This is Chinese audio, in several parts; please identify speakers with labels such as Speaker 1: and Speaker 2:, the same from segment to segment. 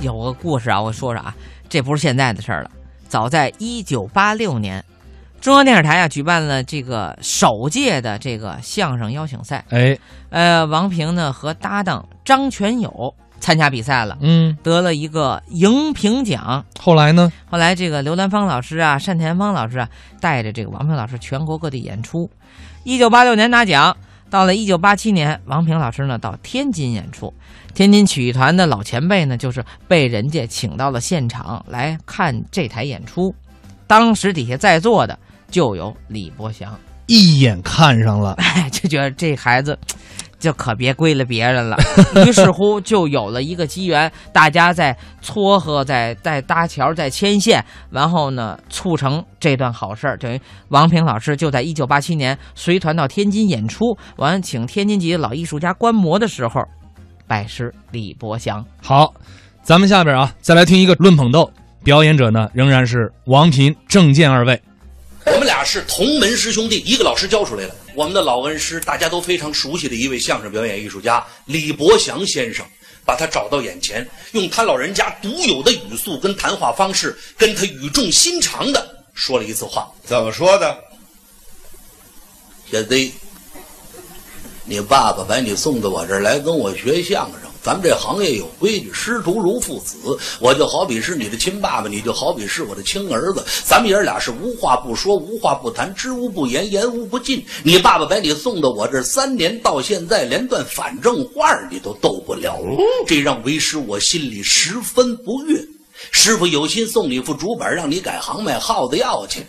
Speaker 1: 有个故事啊，我说说啊，这不是现在的事儿了，早在一九八六年，中央电视台啊举办了这个首届的这个相声邀请赛，
Speaker 2: 哎，
Speaker 1: 呃，王平呢和搭档张全友参加比赛了，
Speaker 2: 嗯，
Speaker 1: 得了一个荧屏奖。
Speaker 2: 后来呢？
Speaker 1: 后来这个刘兰芳老师啊、单田芳老师啊，带着这个王平老师全国各地演出。一九八六年拿奖，到了一九八七年，王平老师呢到天津演出，天津曲艺团的老前辈呢，就是被人家请到了现场来看这台演出。当时底下在座的就有李伯祥，
Speaker 2: 一眼看上了，
Speaker 1: 哎，就觉得这孩子。就可别归了别人了，于是乎就有了一个机缘，大家在撮合，在在搭桥，在牵线，然后呢，促成这段好事儿。等于王平老师就在一九八七年随团到天津演出，完请天津籍的老艺术家观摩的时候，拜师李伯祥。
Speaker 2: 好，咱们下边啊，再来听一个论捧逗，表演者呢仍然是王平、郑健二位。
Speaker 3: 我们俩是同门师兄弟，一个老师教出来的。我们的老恩师，大家都非常熟悉的一位相声表演艺术家李伯祥先生，把他找到眼前，用他老人家独有的语速跟谈话方式，跟他语重心长的说了一次话
Speaker 4: 怎么说的？：“
Speaker 3: 小子，你爸爸把你送到我这儿来跟我学相声。”咱们这行业有规矩，师徒如父子。我就好比是你的亲爸爸，你就好比是我的亲儿子。咱们爷儿俩是无话不说，无话不谈，知无不言，言无不尽。你爸爸把你送到我这儿三年，到现在连段反正话儿你都斗不了，这让为师我心里十分不悦。师傅有心送你副竹板，让你改行卖耗子药去。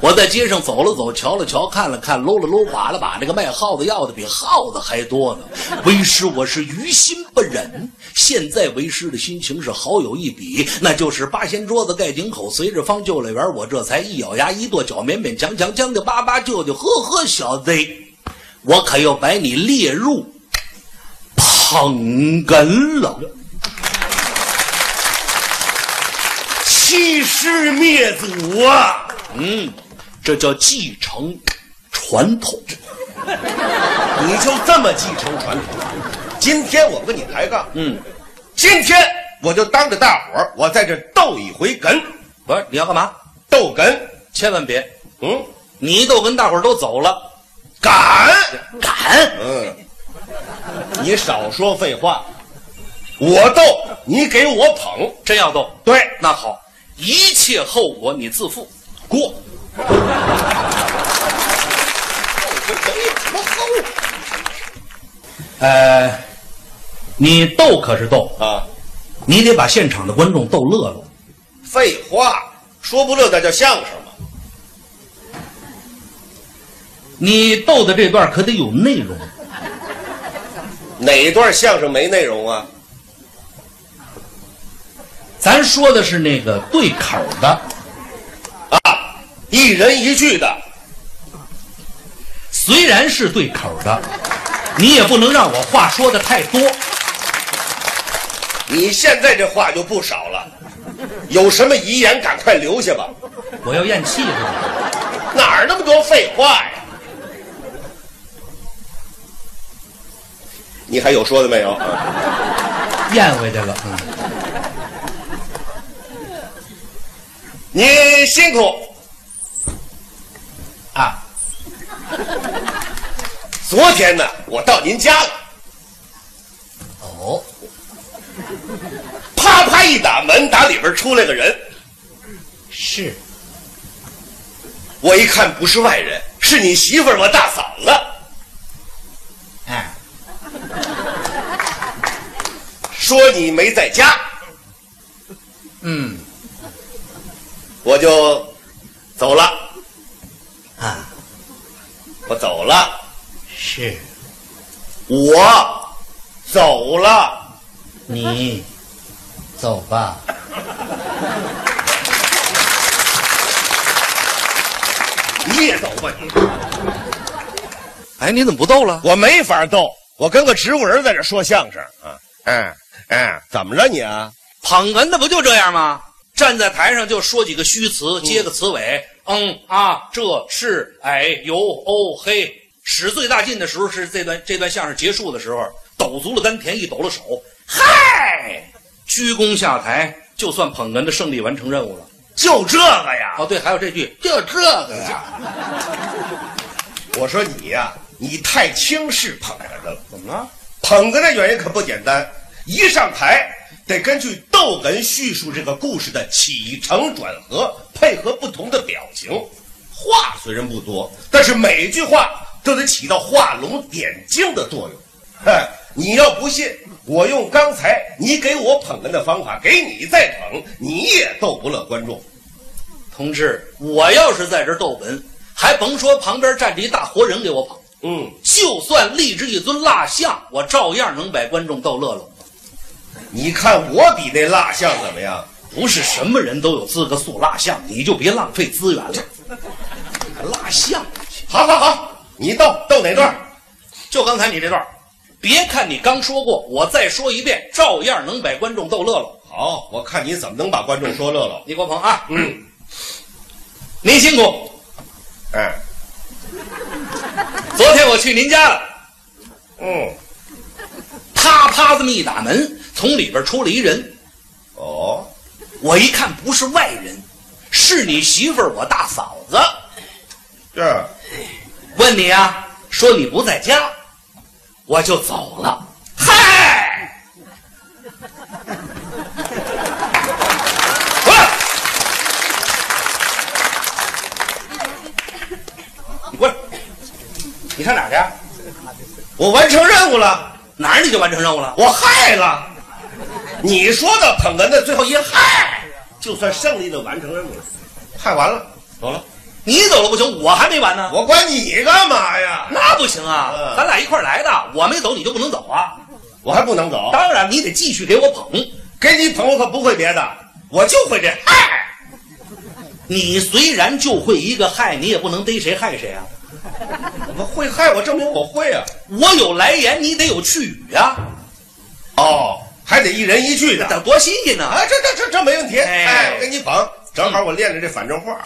Speaker 3: 我在街上走了走，瞧了瞧，看了看，搂了搂，把了把，那个卖耗子药的比耗子还多呢。为师我是于心不忍。现在为师的心情是好有一比，那就是八仙桌子盖井口，随着方救了园。我这才一咬牙一跺脚，勉勉强强，将就巴巴，就就呵呵，小子，我可要把你列入捧哏了。
Speaker 4: 欺师灭祖啊！
Speaker 3: 嗯，这叫继承传统。
Speaker 4: 你就这么继承传统？今天我跟你抬杠，
Speaker 3: 嗯，
Speaker 4: 今天我就当着大伙儿，我在这斗一回哏，
Speaker 3: 不是你要干嘛？
Speaker 4: 斗哏，
Speaker 3: 千万别，
Speaker 4: 嗯，
Speaker 3: 你一逗哏，大伙儿都走了。
Speaker 4: 敢，
Speaker 3: 敢？
Speaker 4: 嗯，你少说废话，我斗你给我捧，
Speaker 3: 真要斗？
Speaker 4: 对，
Speaker 3: 那好，一切后果你自负。
Speaker 4: 过。
Speaker 3: 呃，你斗可是斗，
Speaker 4: 啊，
Speaker 3: 你得把现场的观众逗乐了。
Speaker 4: 废话，说不乐那叫相声嘛。
Speaker 3: 你逗的这段可得有内容。
Speaker 4: 哪段相声没内容啊？
Speaker 3: 咱说的是那个对口的，
Speaker 4: 啊，一人一句的，
Speaker 3: 虽然是对口的，你也不能让我话说的太多。
Speaker 4: 你现在这话就不少了，有什么遗言赶快留下吧。
Speaker 3: 我要咽气了。
Speaker 4: 哪儿那么多废话呀？你还有说的没有？
Speaker 3: 咽回去了。嗯
Speaker 4: 你辛苦啊！昨天呢，我到您家了，
Speaker 3: 哦，
Speaker 4: 啪啪一打门，打里边出来个人。
Speaker 3: 是
Speaker 4: 我一看不是外人，是你媳妇儿，我大嫂子。
Speaker 3: 哎，
Speaker 4: 说你没在家，
Speaker 3: 嗯
Speaker 4: 我就走了，
Speaker 3: 啊，
Speaker 4: 我走了，
Speaker 3: 是
Speaker 4: 我走了。
Speaker 3: 你走吧。
Speaker 4: 你也走吧，你
Speaker 3: 哎，你怎么不逗了？
Speaker 4: 我没法逗，我跟个植物人在这说相声啊。嗯嗯，怎么了你啊？
Speaker 3: 捧哏的不就这样吗？站在台上就说几个虚词，接个词尾，嗯啊，这是哎呦哦嘿。使最大劲的时候是这段这段相声结束的时候，抖足了丹田，一抖了手，嗨，鞠躬下台，就算捧哏的胜利完成任务了。
Speaker 4: 就这个呀！
Speaker 3: 哦，对，还有这句，就这个呀，
Speaker 4: 我说你呀、你太轻视捧哏的了。
Speaker 3: 怎么了？
Speaker 4: 捧哏的演员可不简单，一上台得根据逗哏叙述这个故事的起承转合，配合不同的表情。话虽然不多，但是每一句话都得起到画龙点睛的作用。哼，你要不信，我用刚才你给我捧哏的方法给你再捧，你也逗不乐观众。
Speaker 3: 同志，我要是在这儿逗哏，还甭说旁边站着一大活人给我捧，
Speaker 4: 嗯，
Speaker 3: 就算立着一尊蜡像，我照样能把观众逗乐了。
Speaker 4: 你看我比那蜡像怎么样？
Speaker 3: 不是什么人都有资格塑蜡像，你就别浪费资源了。蜡像，
Speaker 4: 好好好，你逗逗哪段？
Speaker 3: 就刚才你这段儿，别看你刚说过，我再说一遍，照样能把观众逗乐了。
Speaker 4: 好，我看你怎么能把观众说乐了。
Speaker 3: 你给我捧啊！嗯，您辛苦。
Speaker 4: 哎，
Speaker 3: 昨天我去您家了，
Speaker 4: 嗯，
Speaker 3: 啪啪这么一打门，从里边出来一人。
Speaker 4: 哦，
Speaker 3: 我一看不是外人，是你媳妇儿，我大嫂子。
Speaker 4: 这儿
Speaker 3: 问你啊，说你不在家，我就走了。嗨，
Speaker 4: 回来，你过来，你上哪儿去？我完成任务了，
Speaker 3: 哪儿你就完成任务了？
Speaker 4: 我害了。你说的捧哏的最后一害，就算胜利的完成任务了，害完了，走了。
Speaker 3: 你走了不行，我还没完呢。
Speaker 4: 我管你干嘛呀？
Speaker 3: 那不行啊，
Speaker 4: 嗯
Speaker 3: 咱俩一块儿来的，我没走你就不能走啊。
Speaker 4: 我还不能走，
Speaker 3: 当然，你得继续给我捧，
Speaker 4: 给你捧我可不会别的，我就会这哎害。
Speaker 3: 你虽然就会一个害，你也不能逮谁害谁啊。
Speaker 4: 怎么会害我？证明我会啊。
Speaker 3: 我有来言，你得有去语啊，
Speaker 4: 哦，还得一人一句的。
Speaker 3: 这多新鲜呢！
Speaker 4: 啊，这这这这没问题。
Speaker 3: 哎
Speaker 4: 哎，我嗯给你捧，正好我练练这反正话。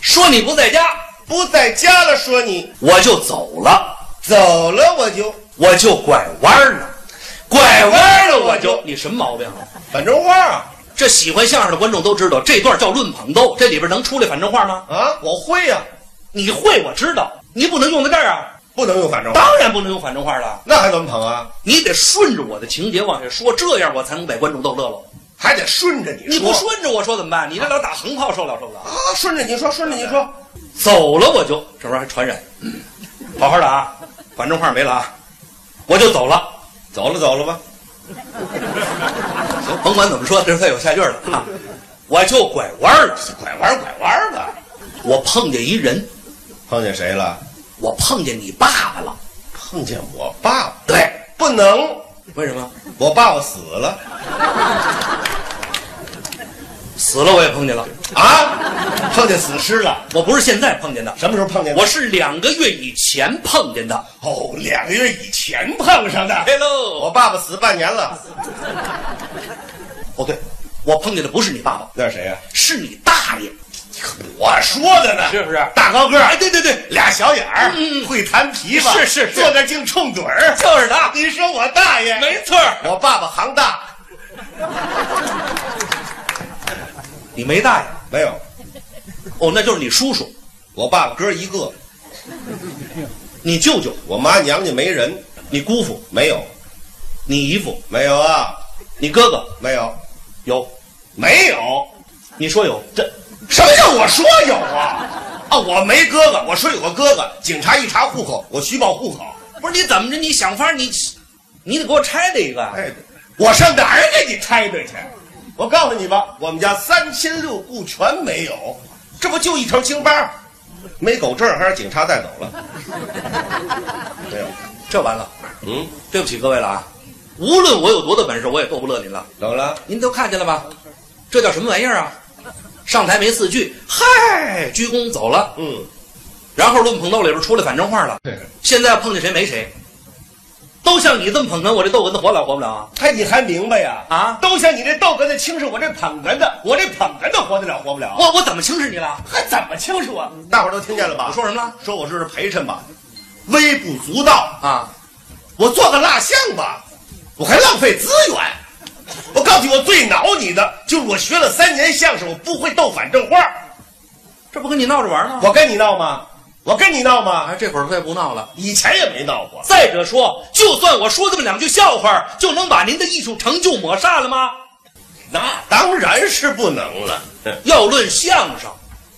Speaker 3: 说你不在家，
Speaker 4: 不在家了，说你
Speaker 3: 我就走了，
Speaker 4: 走了，我就
Speaker 3: 我就拐弯了，拐弯了我就你什么毛病啊？
Speaker 4: 反正话啊
Speaker 3: 这喜欢相声的观众都知道，这段叫论捧逗，这里边能出来反正话吗？
Speaker 4: 啊，我会呀、
Speaker 3: 你会我知道，你不能用在这儿啊，
Speaker 4: 不能用反正话，
Speaker 3: 当然不能用反正话了，
Speaker 4: 那还怎么捧啊？
Speaker 3: 你得顺着我的情节往下说，这样我才能把观众逗乐了。
Speaker 4: 还得顺着你说，
Speaker 3: 你不顺着我说怎啊么办？你这老打横炮受不了受不了。
Speaker 4: 啊，顺着你说，顺着你说，
Speaker 3: 走了我就这玩意儿还传 染，好好的啊，反正话没了啊，我就走了，
Speaker 4: 走了走了吧。
Speaker 3: 行，呃甭管怎么说，这是再有下句了啊，我就拐弯了，
Speaker 4: 拐弯拐弯吧。
Speaker 3: 我碰见一人，
Speaker 4: 碰见谁了？
Speaker 3: 我碰见你爸爸了，
Speaker 4: 碰见我爸爸。
Speaker 3: 对，
Speaker 4: 不能，
Speaker 3: 为什么？
Speaker 4: 我爸爸死了
Speaker 3: 死了我也碰见了，
Speaker 4: 啊，碰见死尸了。
Speaker 3: 我不是现在碰见的，
Speaker 4: 什么时候碰见的？
Speaker 3: 我是两个月以前碰见的。
Speaker 4: 哦，两个月以前碰上的。
Speaker 3: 对喽，
Speaker 4: 我爸爸死半年了。
Speaker 3: 哦对，我碰见的不是你爸爸，
Speaker 4: 那是谁呀、
Speaker 3: 是你大爷，
Speaker 4: 我说的呢，
Speaker 3: 是不是
Speaker 4: 大高个儿
Speaker 3: 哎，，对对对，
Speaker 4: 俩小眼儿，
Speaker 3: 嗯嗯
Speaker 4: 会弹琵琶，
Speaker 3: 是是是
Speaker 4: 坐那儿净冲嘴儿。
Speaker 3: 就是他，
Speaker 4: 你说我大爷？
Speaker 3: 没错儿，
Speaker 4: 我爸爸行大，
Speaker 3: 你没大爷，
Speaker 4: 没有，
Speaker 3: 哦，那就是你叔叔，
Speaker 4: 我爸爸哥一个，
Speaker 3: 你舅舅，
Speaker 4: 我妈娘家没人，
Speaker 3: 你姑父，
Speaker 4: 没有，
Speaker 3: 你姨父，
Speaker 4: 没有啊，
Speaker 3: 你哥哥
Speaker 4: 没有，
Speaker 3: 有，
Speaker 4: 没有，
Speaker 3: 你说有这
Speaker 4: 什么叫我说有啊？啊，我没哥哥，我说有个哥哥，警察一查户口，我虚报户口，
Speaker 3: 不是你怎么着？你想法儿你，你得给我拆了一个。啊
Speaker 4: 哎，我上哪儿给你拆对去？我告诉你吧，我们家三亲六故全没有，这不就一条京巴，没狗证还让警察带走了。 没有，
Speaker 3: 这完了，
Speaker 4: 嗯，
Speaker 3: 对不起各位了啊！无论我有多大本事，我也逗不乐您了。
Speaker 4: 怎么了？
Speaker 3: 您都看见了吧？这叫什么玩意儿啊？上台没四句，嗨，鞠躬走了，
Speaker 4: 嗯，
Speaker 3: 然后论捧逗里边出来反正话了。
Speaker 4: 对。
Speaker 3: 现在碰见谁没谁，都像你这么捧哏，我这逗哏的活了活不了啊？
Speaker 4: 哎，你还明白呀？
Speaker 3: 啊
Speaker 4: 都像你这逗哏的轻视我这捧哏的，我这捧哏的活得了活不了？
Speaker 3: 我我怎么轻视你了？
Speaker 4: 还怎么轻视我？啊大伙儿都听见了吧？
Speaker 3: 我说什么了？
Speaker 4: 说我这是陪衬吧，微不足道。
Speaker 3: 啊，
Speaker 4: 我做个蜡像吧，我还浪费资源。告诉你，我最恼你的就是我学了三年相声，我不会逗反正话。
Speaker 3: 这不跟你闹着玩儿吗？
Speaker 4: 我跟你闹吗？我跟你闹吗？
Speaker 3: 啊，这会儿再不闹了。
Speaker 4: 以前也没闹过。
Speaker 3: 再者说，就算我说这么两句笑话，就能把您的艺术成就抹煞了吗？
Speaker 4: 那当然是不能了。
Speaker 3: 要论相声，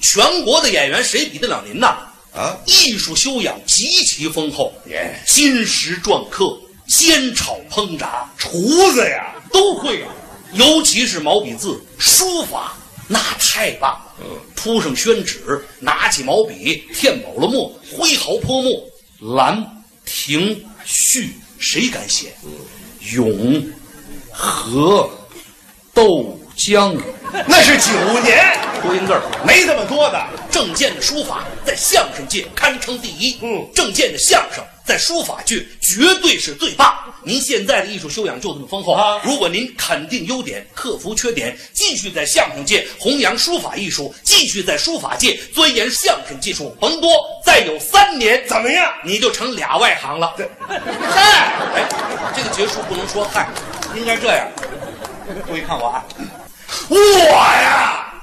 Speaker 3: 全国的演员谁比得了您呐？
Speaker 4: 啊，
Speaker 3: 艺术修养极其丰厚，
Speaker 4: 耶，
Speaker 3: 金石篆刻、煎炒烹炸
Speaker 4: 厨子呀，
Speaker 3: 都会啊，尤其是毛笔字、书法，那太棒了。铺上宣纸，拿起毛笔，添饱了墨，挥毫泼墨，兰、亭、序，谁敢写？咏、和、斗、江，
Speaker 4: 那是九年，
Speaker 3: 多音字儿。
Speaker 4: 没那么多的。
Speaker 3: 郑健的书法在相声界堪称第一。
Speaker 4: 嗯
Speaker 3: 郑健的相声在书法界绝对是最棒。您现在的艺术修养就这么丰厚
Speaker 4: 啊
Speaker 3: 如果您肯定优点，克服缺点，继续在相声界弘扬书法艺术，继续在书法界钻研相声技术，甭多，再有三年，
Speaker 4: 怎么样？
Speaker 3: 你就成俩外行了。
Speaker 4: 对
Speaker 3: 嗨，哎，这个结束不能说嗨，应该这样。注意看我啊，
Speaker 4: 我呀，